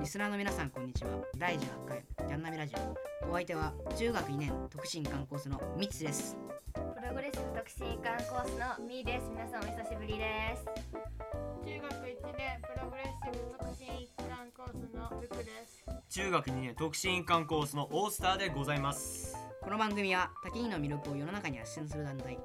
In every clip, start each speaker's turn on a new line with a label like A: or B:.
A: リスナーの皆さんこんにちは第18回ギャンナビラジオお相手は中学2年特進観光スのミツです
B: プログレッシブ特進館コースのみーです。皆さんお久しぶりです。
C: 中学1年プログレッシブ促進一貫コースのルクです。
D: 中学2年特進一貫コースのオースターでございます
A: この番組は滝の魅力を世の中に発信する団体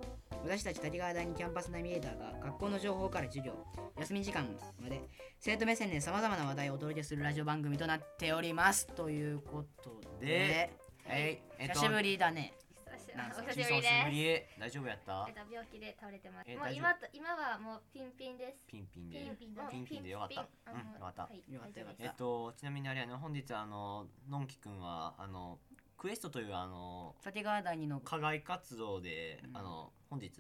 A: 私たち滝川第二キャンパスナビゲーターが学校の情報から授業休み時間まで生徒目線でさまざまな話題をお届けするラジオ番組となっておりますということで
D: ではいえ
A: 久しぶりだね
B: 久し
A: なんか
B: お
D: お
B: 久
D: 久
B: し
D: し
B: ぶりです。
D: ぶり大丈夫やった
B: えっと病気で倒れてます。
D: え
B: もう
D: 大丈夫
B: 今と今はもうピンピンです。
D: ピンピンで
B: もう
D: ピンピンでよかった
B: あ
D: うん
B: の
D: よかった
B: はい
A: よかったよかった
D: えっとちなみにあれやね本日あののんきくんはあのクエストというあの
A: 滝川第二の
D: 課外活動で、
A: うん
D: あの本日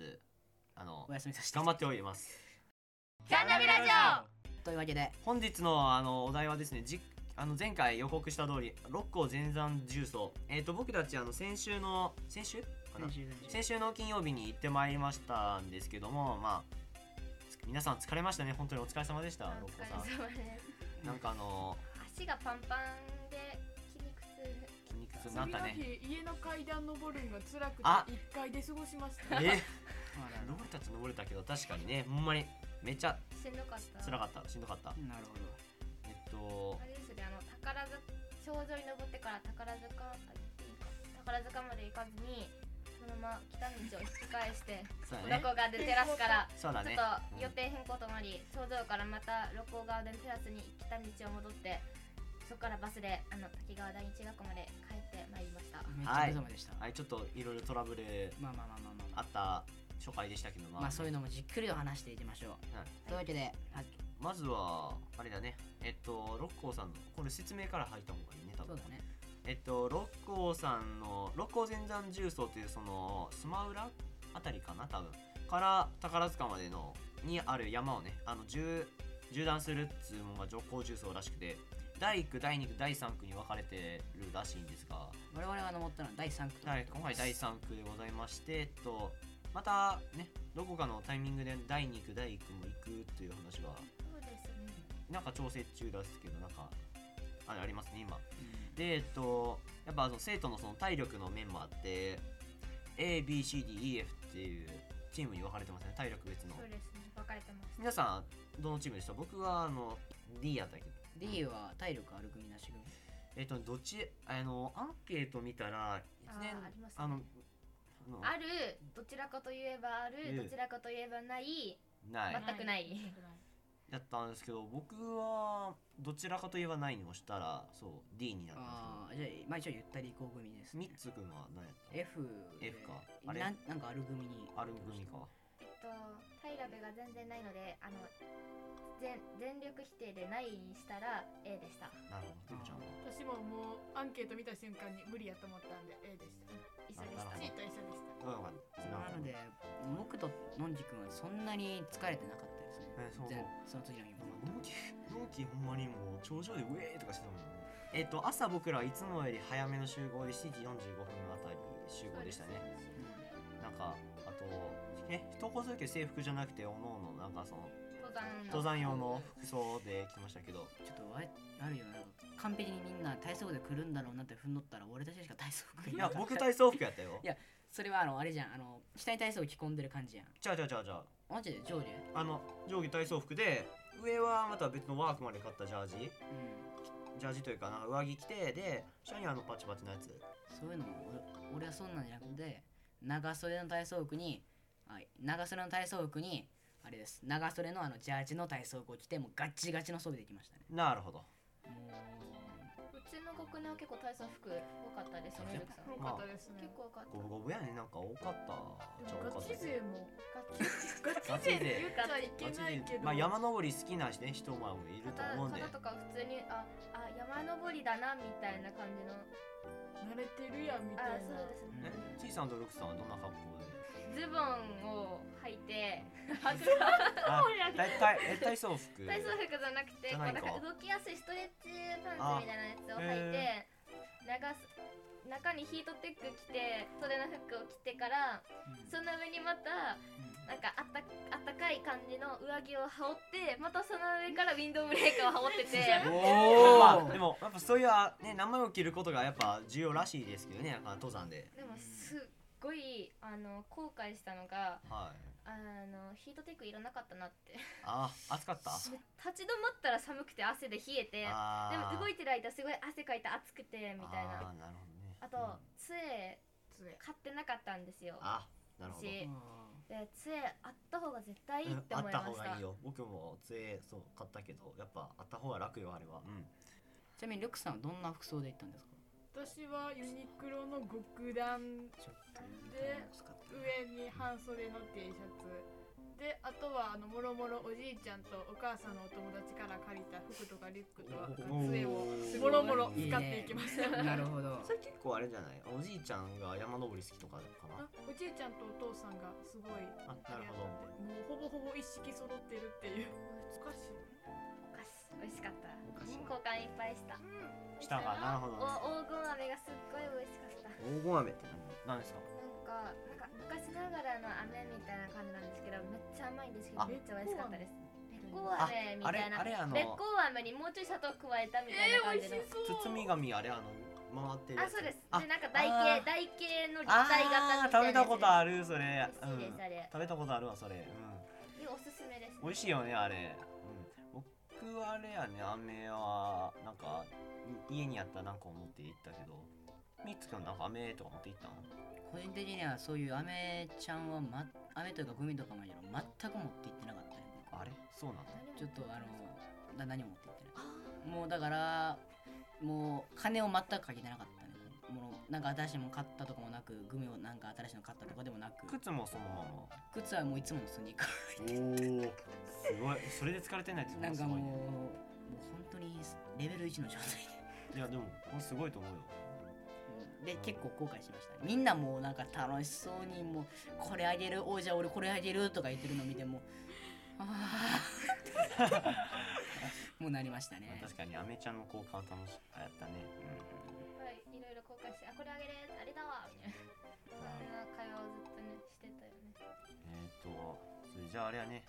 D: あの
A: お休みさせて
D: 頑張っております
B: キャンナビラ
A: というわけで
D: 本日のあのお題はですねじあの前回予告した通り六甲全山重曹えっ、と僕たちあの先週の先週かな
A: 先週先週
D: 先週の金曜日に行ってまいりましたんですけどもまあつ皆さん疲れましたね本当にお疲れ様でし
B: ジ
D: た
B: オお
D: 六
B: 疲
D: 甲
B: れ
D: さん
B: 様です。
D: なんかあの
B: 足がパンパンで筋肉
D: 筋肉痛になっ
C: 次
D: た
C: の
D: ね
C: 日、家の階段登るのが辛くて
D: あ
C: 1階で過ごしました。
D: え
A: まだ
D: 登れたっちゃ登れたけど確かにねほんまにめっちゃ
B: 痛しんどかった。
D: 辛かったしんどかった
A: なるほど
D: えっと
B: あれですねあの宝塚頂上に登ってから宝塚あ宝塚まで行かずにそのまま来た道を引き返して。
D: そう
B: ロ
D: だね
B: コガーデンテラスからちょ
D: そうだ
B: っ
D: ねう
B: と
D: ん
B: 予定変更となり頂上からまたロコガーデンテラスに来た道を戻ってそこからバスであの滝川第一学校まで帰ってまいりました
A: めっちゃお疲れ様でした、
D: はいちょっといろいろトラブル
A: まあまあまあまあまあま
D: あ
A: あ
D: った初回でしたけどまあ、
A: まあそういうのもじっくりと話していきましょう
D: はい
A: というわけであ
D: まずはあれだねえっと六甲さんのこれ説明から入った方がいいね多
A: そ
D: 分
A: うだね
D: えっと六甲さんの六甲全山重曹というそのスマウラあたりかな多分から宝塚までのにある山をねあの縦縦断するっつうのが六甲重曹らしくて第1区第2区第3区に分かれてるらしいんですが
A: 我々が登ったのは第3区と
D: はい今回第3区でございましてえっとまたねどこかのタイミングで第2区第1区も行くという話は
B: そうですね
D: なんか調整中ですけどなんかあれありますね今
A: うん
D: でえっとやっぱその生徒のその体力の面もあって ABCDEF っていうチームに分かれてますね体力別の
B: そうですね分かれてます
D: 皆さんどのチームでした僕はあの D やったけど
A: D は体力ある組なし組
D: えっとどっちあのアンケート見たら
B: あ
D: 一
B: ー
D: 年
B: ありますね
D: あのあの
B: あるどちらかといえばある
D: え
B: ど
D: え
B: ちらかといえばない
D: ない
B: 全くない
C: 全く
D: やったんですけど僕はどちらかといえばないに押したらそう D になったん
A: ああじゃあまあ一応ゆったり行こう組です、
D: です
A: ね
D: けど、ミッツ君は何やった
A: F
D: F か
A: で
D: あ
A: な
D: れ
A: んなんかある組に
D: ある組か
B: えっと体力が全然ないのであの全全力否定でないにしたら A でした
D: なるほどルちゃんは
C: 私ももうアンケート見た瞬間に無理やと思ったんで A でした。
B: 一緒でし
D: あ
B: た
D: なるほど
C: チーと一緒でし
D: どうよかった
A: なので僕とのんじくんはそんなに疲れてなかったですね
D: えそう
A: 全その次の日も
D: 同期同期ほんまにもう頂上でウェーとかしてたもんねえっと朝僕らはいつもより早めの集合で7時45分あたり集合でしたねなんかあとね一行するけど制服じゃなくておのおのなんかその
B: 登山の
D: 登山用の服装で来てましたけど
A: ちょっとあれあるよなんか完璧にみんな体操服で来るんだろうなって踏んどったら俺たちしか体操服
D: いや僕体
A: 操
D: 操服やったよ
A: いやそれはあのあれじゃんあの下に体操着込んでる感じやん
D: じゃあじゃあじゃあじゃあ
A: マジで上下
D: あの上下体操服で上はまた別のワークまで買ったジャージ
A: うん
D: ジャージというかなんか上着着てで下にあのパチパチのやつ
A: そういうのも俺俺はそんなんじゃなくて長袖の体操服に、はい、長袖の体操服にあれです長袖のあのジャージの体操服を着てもうガッチガチの装備できましたね
D: なるほど
A: も
B: うちの学年は結構体操服多かったですね。
C: た。多かったですね
B: 結。構多かっ
D: 五分五分やねなんか多かった
C: で
D: じゃ
C: も
D: あ多
C: ガ
B: た。
D: かった
C: チ勢も
D: ガチ勢
C: 言っちゃいけないけど、
D: まあ山登り好きな人ね人もいると思うんで
B: 方とか普通にああ山登りだなみたいな感じの。
C: 慣れてるやんみた
B: あ
C: いな。
B: そうです
A: う、
B: ね。
D: えちいさんとルクさんはどんな格好で
B: ズボンを履い て
D: あ大体え体操服
B: 体操服じゃなくて
D: じ
B: こ
D: ゃ
B: うな
D: な
B: いん
D: か
B: か動きやすいストレッチパンツみたいなやつを履いて。長す中にヒートテック着て袖の服を着てから
A: うん
B: その上にまた
A: うん
B: なんかあったあったかい感じの上着を羽織ってまたその上からウィンドウブレーカーを羽織ってて
A: お
D: まあ
A: ー
D: でもやっぱそういうあね名前を着ることがやっぱ重要らしいですけどねあ登山で
B: でもすっごいあの後悔したのが
D: はい
B: あのヒートテックいらなかったなって
D: あ暑かった
B: 立ち止まったら寒くて汗で冷えて
D: あ
B: でも動
D: いて
B: いてる間すごい汗かいて暑くてみたいな
D: あーなるほどね
B: あ
D: うん
B: と杖
C: 杖
B: 買ってなかったんですよ
D: あなるほど
B: 私で杖あった方が絶対いいって
D: うんあ
B: 思
D: っ
B: い
D: た
B: ま
D: 方
B: し
D: が
B: た
D: いいよ僕も杖そう買ったけどやっぱあった方が楽よあれはうん
A: ちなみにルックさんはどんな服装で行ったんですか
C: 私はユニクロの極段
A: ちょっと
C: 上に半袖の T シャツであとはあのもろもろおじいちゃんとお母さんのお友達から借りた服とかリュックとか杖をもろもろ使っていきました
A: なるほど
D: それ結構あれじゃないおじいちゃんが山登り好きとかかな
C: あ おじいちゃんとお父さんがすごい
D: あなるほど
C: もうほぼほぼ一式揃ってるっていう懐かしい
B: お菓子美味しかった
D: お菓子
B: 交換いっぱいした
D: したかなるほど
B: お
D: ね
B: 黄金飴がすっごい美味しかった
D: 黄金飴って何ですか
B: なんかなんか昔ながらの飴みたいな感じなんですけどめっちゃ甘いんですけど
D: あ
B: めっちゃ美味しかったですべっこう
D: あ
B: 飴みたいな
D: あれあれあの
B: べっこう飴にもうちょい砂糖加えたみたい
C: え
B: な
C: ー、
B: 感
C: 美
B: じ
C: 味し
B: の、
C: そう
D: 包み紙あれあの回ってるや
B: あ
D: つ
B: そうです
D: あ
B: でなんか台
D: あー
B: 形台形の立
D: あ
B: 体型み
D: ー
B: たい
D: 食
B: なやつ
D: べたことあるそれ、
B: 美味しいですあれ、
D: 食べたことあるわそれ、
B: でおすすめです
D: うん、美味しいよねあれ、うん、僕はあれやね飴はなんかい家にあった何個持って行ったけどみつくんなんか飴とか持って行ったの
A: 個人的にはそういうアメちゃんは、ま、アメというかグミとかもいいけど全く持って行ってなかったよ
D: あれそうなんだ
A: ちょっとあのだ何も持って行って
B: あ
A: ないもうだからもう金を全くかけてなかったねもうなんか新しいもの買ったとかもなくグミをなんか新しいの買ったとかでもなく
D: 靴もそのまま
A: 靴はもういつものスニーカ
D: おおすごいそれで疲れてないって
A: ー
D: す
A: な
D: ごい
A: ん
D: す
A: か
D: ご
A: も
D: いうね
A: もう本当にレベル1の状態で
D: いやでもこれすごいと思うよ
A: で結構後悔しました、みんなもうなんか楽しそうにもうこれあげる王者俺これあげるとか言ってるの見てもうあーもうなりました ね
D: 確かにアメちゃんの交換は楽しかったね、
B: はいいろいろ後悔してあこれあげれあれだわみたいな
D: うん、
B: そんな会話をずっとねしてたよね
D: えー、とそれじゃああれはね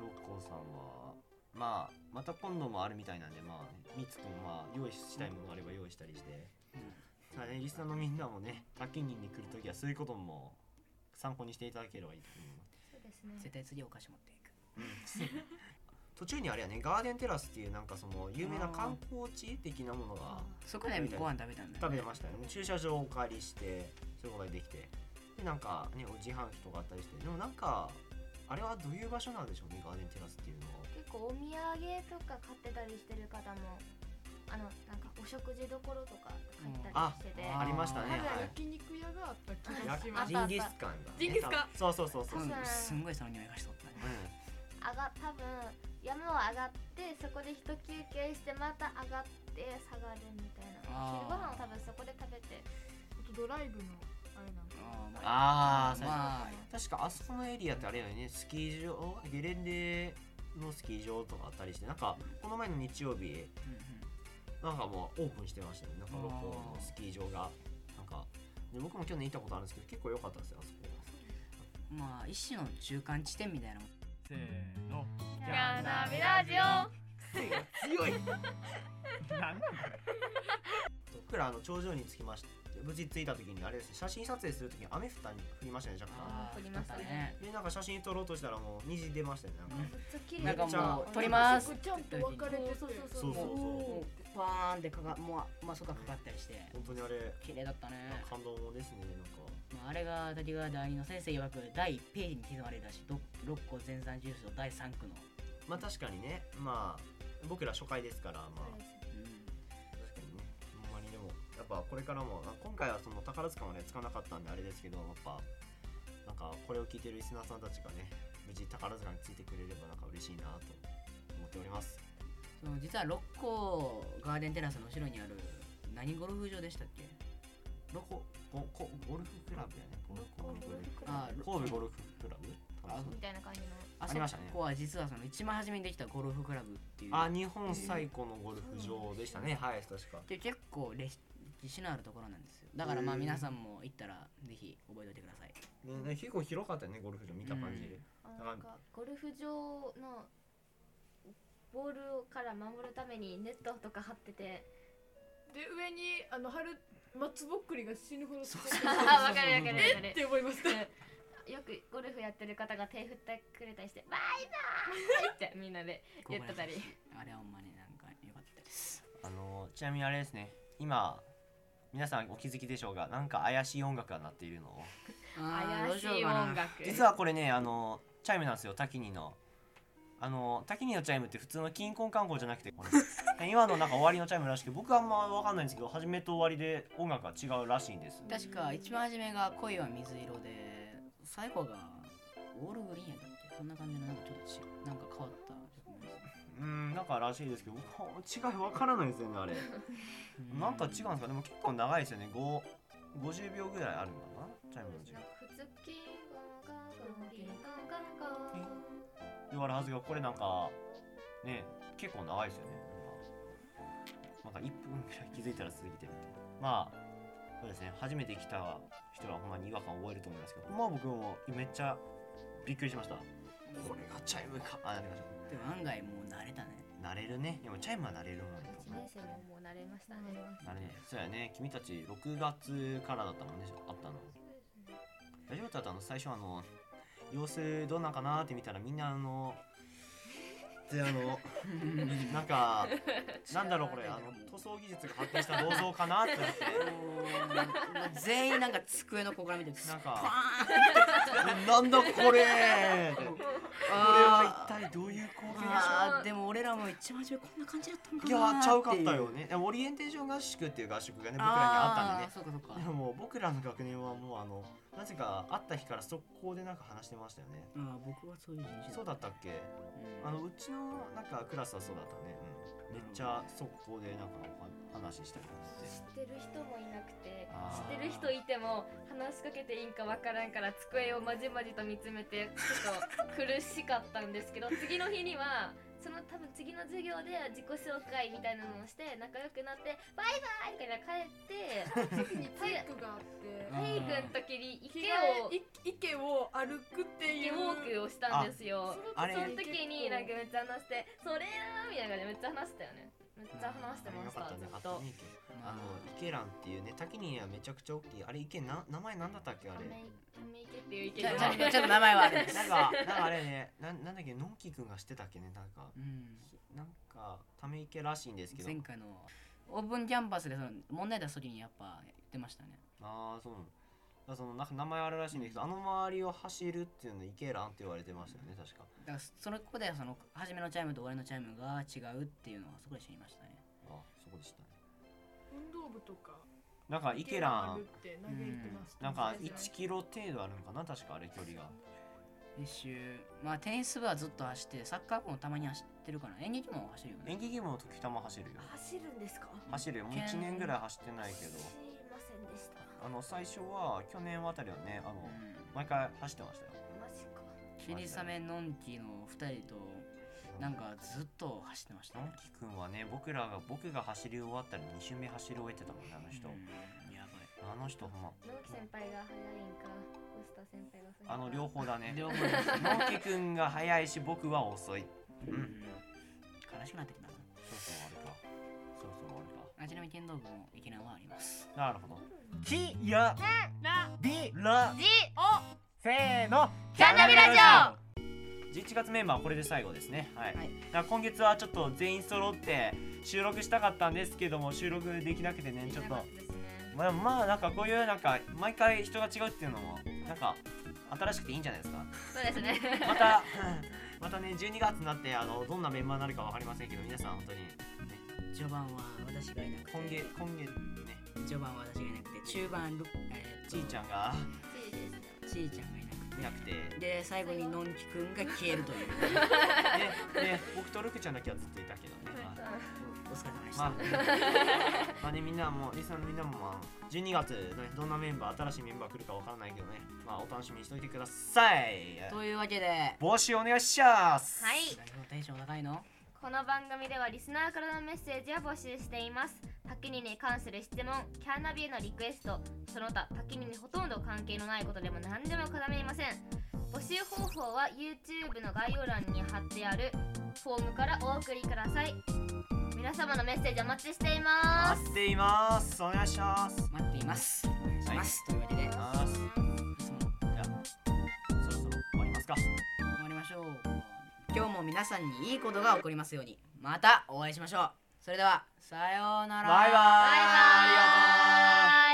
D: 六甲さんはまあまた今度もあるみたいなんでまあねみつくんもまあ用意したいものがあれば用意したりして、ただねリスナーのみんなもね滝人に来るときはそういうことも参考にしていただければいいと思います
B: そうですね
A: 絶対次お菓子持っていく
D: 途中にあれやねガーデンテラスっていうなんかその有名な観光地的なものが
A: そこでご飯食べたんだよ
D: 食べましたよね駐車場をお借りしてそういうことができてでなんかね自販機とかあったりしてでもなんかあれはどういう場所なんでしょうねガーデンテラスっていうのは
B: 結構お土産とか買ってたりしてる方もあのなんかお食事どころとか買った
D: あ
B: りしてて、
A: ー
D: ありましたね。
C: まだ
D: はい
C: 焼肉屋があった気
B: あ
C: が
D: や
C: し
B: あ
C: ま
B: っ
C: す
B: た
D: ジンギスカンだね。
C: ジンギスカン
D: そうそうそうそう。
A: う
D: うんん
B: そう
A: すんごいその匂いがしとったね
B: 上が多分山を上がってそこで一休憩してまた上がって下がるみたいな
A: あー
B: 昼ご飯を多分そこで食べて
C: あとドライブのあれなんだ
A: あーまあ
D: ああ、
A: まあ
D: 確かあそこのエリアってあれだよね。スキー場、ゲレンデのスキー場とかあったりして、なんかこの前の日曜日
A: うんうん
D: なんかもうオープンしてましたね。なんかロコのスキー場がなんかで僕も去年行ったことあるんですけど、結構良かったですよあそこ。
A: まあ一種の中間地点みたいなもん
D: せーの。
B: キャナビラジオ
D: 強い。僕らあの頂上に着きまして無事着いた時にあれですね写真撮影する時に雨降ったに降りましたね若干
B: あー
A: ー
B: 撮りましたね
D: でなんか写真撮ろうとしたらもう虹出ましたよねなんか、
B: めっちゃ綺麗
A: なんか
B: めっちゃ
A: もう撮ります
C: あそこちゃんと分かれて
B: そうそう
D: そうそう
A: もうパーンってかかもうまあそっかかかったりして
D: 本当にあれ
A: 綺麗だったね
D: 感動ですねなんか
A: まあ、あれが滝川第二の先生曰く第1ページに刻まれたしど六個全山重曹第3区の、
D: まあ確かにねまあ僕ら初回ですから
A: う
D: まあ確かにねほんまにでもやっぱこれからもあ今回はその宝塚までつかなかったんであれですけどやっぱなんかこれを聞いてるリスナーさんたちがね無事宝塚についてくれればなんか嬉しいなと思っておりま
A: ん、
D: す
A: その実は六個ガーデンテラスの後ろにある何ゴルフ場でしたっけ
D: ロコゴゴゴルフクラブやねゴルフゴルフ
A: あー
D: 神戸ゴルフクラブ
A: あ
B: みたいな感じの
A: あ
D: ありましたね
A: そこは実はその一番初めにできたゴルフクラブっていう
D: あ日本最古のゴルフ場でしたね、はい確か
A: で結構歴歴史のあるところなんですよだからまあ
D: へー
A: 皆さんも行ったらぜひ覚えておいてください
D: ねね結構広かったよねゴルフ場見た感
A: う
D: じ、
A: ん
B: あのなんかゴルフ場のボールから守るためにネットとか張っ てて
C: で上にあの春松ぼっくりが死ぬほど
D: そ
C: つ
D: う
C: い
D: そう
C: てて
D: そう
B: あわかるわかるわか
C: っ
B: る
C: て思いま した
B: よくゴルフやってる方が手振ってくれたりして「バイバイ!」ってみんなで言ってたり
A: あれはほんまになんか良かったです
D: あのちなみにあれですね今皆さんお気づきでしょうがなんか怪しい音楽が鳴っているのを
A: あーどう
B: 怪し
A: しよう
B: い
A: かな
B: 音楽
D: 実はこれねあのチャイムなんですよタキニのあのタキニのチャイムって普通の金婚観光じゃなくてこれ今のなんか終わりのチャイムらしくて僕はあんま分かんないんですけど初めと終わりで音楽が違うらしいんです
A: 確か一番初めが「恋は水色」で最後が「オールグリーン」やったっけそんな感じのなんかちょっとちなんか変わったちょっとね
D: うんなんからしいですけど僕は違い分からないですよねあれなんか違うんですかでも結構長いですよね5 50秒ぐらいあるのかなチャイムの時間
B: なんか普通キンゴンガンゴンキンゴンガンゴン
D: で終わるはずがこれなんかね結構長いですよねなんかなんか1分ぐらい気づいたら続いてるみたいなまあそうですね初めて来た人はほんまに違和感を覚えると思いますけどまあ僕もめっちゃびっくりしましたこれがチャイムかあなりまし
A: でも案外もう慣れたね
D: た慣れるねでもチャイムは慣れるもんね
B: 1年生ももう慣れましたね
D: 慣れねそうやね君たち6月からだったもんねあったの大丈夫だったの最初あの様子どうなんかなって見たらみんなあのであの なんかなんだろうこれあの塗装技術が発展した銅像かなって思って
A: 全員なんか机のここから見て
D: なん
A: パ
D: か
A: ーン
D: なんだこれってこれは一体どういう光景でしょう
A: あーでも俺らも一番初めこんな感じだったん
D: い
A: かなー
D: やちゃうか
A: て
D: っ
A: い
D: たよねでもオリエンテーション合宿っていう合宿がね僕らにあったんで
A: あ
D: ね
A: ーそうかそうか
D: でも僕らの学年はもうあのなぜか会った日から速攻でなんか話してましたよね
A: あー僕はそういう人種
D: そうだったっけあのうちのなんかクラスはそうだったね、うん、めっちゃ速攻でなんかお話ししてます
B: 知ってる人もいなくて
D: あー
B: 知ってる人いても話しかけていいんかわからんから机をまじまじと見つめてちょっと苦しかったんですけど次の日にはその多分次の授業で自己紹介みたいなのをして仲良くなってバイバイみたいな帰って
C: 時に体育があって
A: うん
B: 体育の時に
C: 着
B: 池
C: 替
B: を
C: えい池を歩くってい
B: 池ウ
C: う
B: ォークをしたんですよ
D: あれ
B: その時になんかめっちゃ話して「それな」みたいな感じでめっちゃ話したよねめっちゃ話して
D: あれ
B: ま
D: よ
B: し
D: かったた
B: ず
D: ねあ
B: っ
D: と
B: と
D: ねあの池蘭っていうね滝にはめちゃくちゃ大きいあれ池な名前なんだったっけあ
B: た
D: れ
B: めため池っていう池
A: じゃ
B: が
A: あじゃあちょっと名前はあれです
D: なんかなんかあれねなんなんだっけのんきくんが知ってたっけねなんか
A: うん
D: なんかため池らしいんですけど
A: 前回のオープンキャンパスでその問題出す時にやっぱ言ってましたね
D: ああそうなのだからそのなんか名前あるらしいんですけどあの周りを走るっていうの池蘭って言われてましたよね確か
A: だからそのここでその初めのチャイムと終わりのチャイムが違うっていうのはそこで知りましたね
D: あそこでしたね
C: 運動部とか
D: なんか池蘭
C: 池を歩って投げてました
D: なんか1キロ程度あるのかな確かあれ距離が
A: 練習まあテニス部はずっと走ってサッカー部もたまに走ってるから演劇も走るよね
D: 演劇部の時たま走るよ
B: 走るんですか
D: 走るよもう
A: へー
D: 1年ぐらい走ってないけ
B: 知
D: ど
B: りませんでした
D: あの最初は去年あたりはねあの
A: う
D: 毎回走ってましたよ
B: マジか
A: んシリサメのんきの2人となんかずっと走ってました
D: のん
A: ね
D: きくんはね僕らが僕が走り終わったら2周目走り終えてたもんねあの人、
A: うんやば
D: あの人ほんま
B: 直樹先輩が早いんかウスタ先輩が遅いんか
D: あの両
B: 方
D: 方だ
A: い
D: ね
A: 両
D: の
A: 方ですね
D: んきくんが速いし僕は遅い
A: うん
D: うん
A: 悲しくなってきたな
D: そろそろあれかそろそろ
A: あちなみに剣道部もいきなはあります
D: あれかなるほど「き」や「び」ら
B: じ
D: せーの
B: キャンナビラ
D: ジオ11月メンバーはこれで最後ですねはい、
A: はい
D: だから今月はちょっと全員揃って収録したかったんですけども収録できなくてねちょっとまあまあなんかこういうなんか毎回人が違うっていうのもなんか新しくていいんじゃないですか
B: そうですね
D: ま たまたね12月になってあのどんなメンバーになるかわかりませんけど皆さん本当に
A: 序盤は私がいなくて
D: 今月今月ね
A: 序盤は私がいなくて中盤ル、えーと
D: ちいちゃんが
B: いいですね
A: ちいちゃんがいなく
D: いなくて
A: てで最後にのんきくんが消えるという
D: でで僕とルクちゃんだけはずっといたけど ね、はい
A: お疲れ様でした、
D: まあ、まあねみんなもリスナーのみんなもまあ12月、ね、どんなメンバー新しいメンバー来るかわからないけどねまあお楽しみにしておいてください
A: というわけで
D: 帽子お願いします
B: はい
A: 代表テンション高いの
B: この番組ではリスナーからのメッセージを募集しています。たキニに関する質問キャンナビへのリクエストその他タキニにほとんど関係のないことでも何でも構いません募集方法は YouTube の概要欄に貼ってあるフォームからお送りください皆様のメッセージお待ちしていま
D: 待
B: す
D: っていますお願いします
A: 待っていますお願いします、というわけでい
D: お願いします
A: つも
D: そろそろ終わりますか
A: 終わりましょう今日も皆さんにいいことが起こりますようにまたお会いしましょうそれではさようなら
D: バイバ
B: バ
D: イ
B: イバ
D: ありがとう
B: イ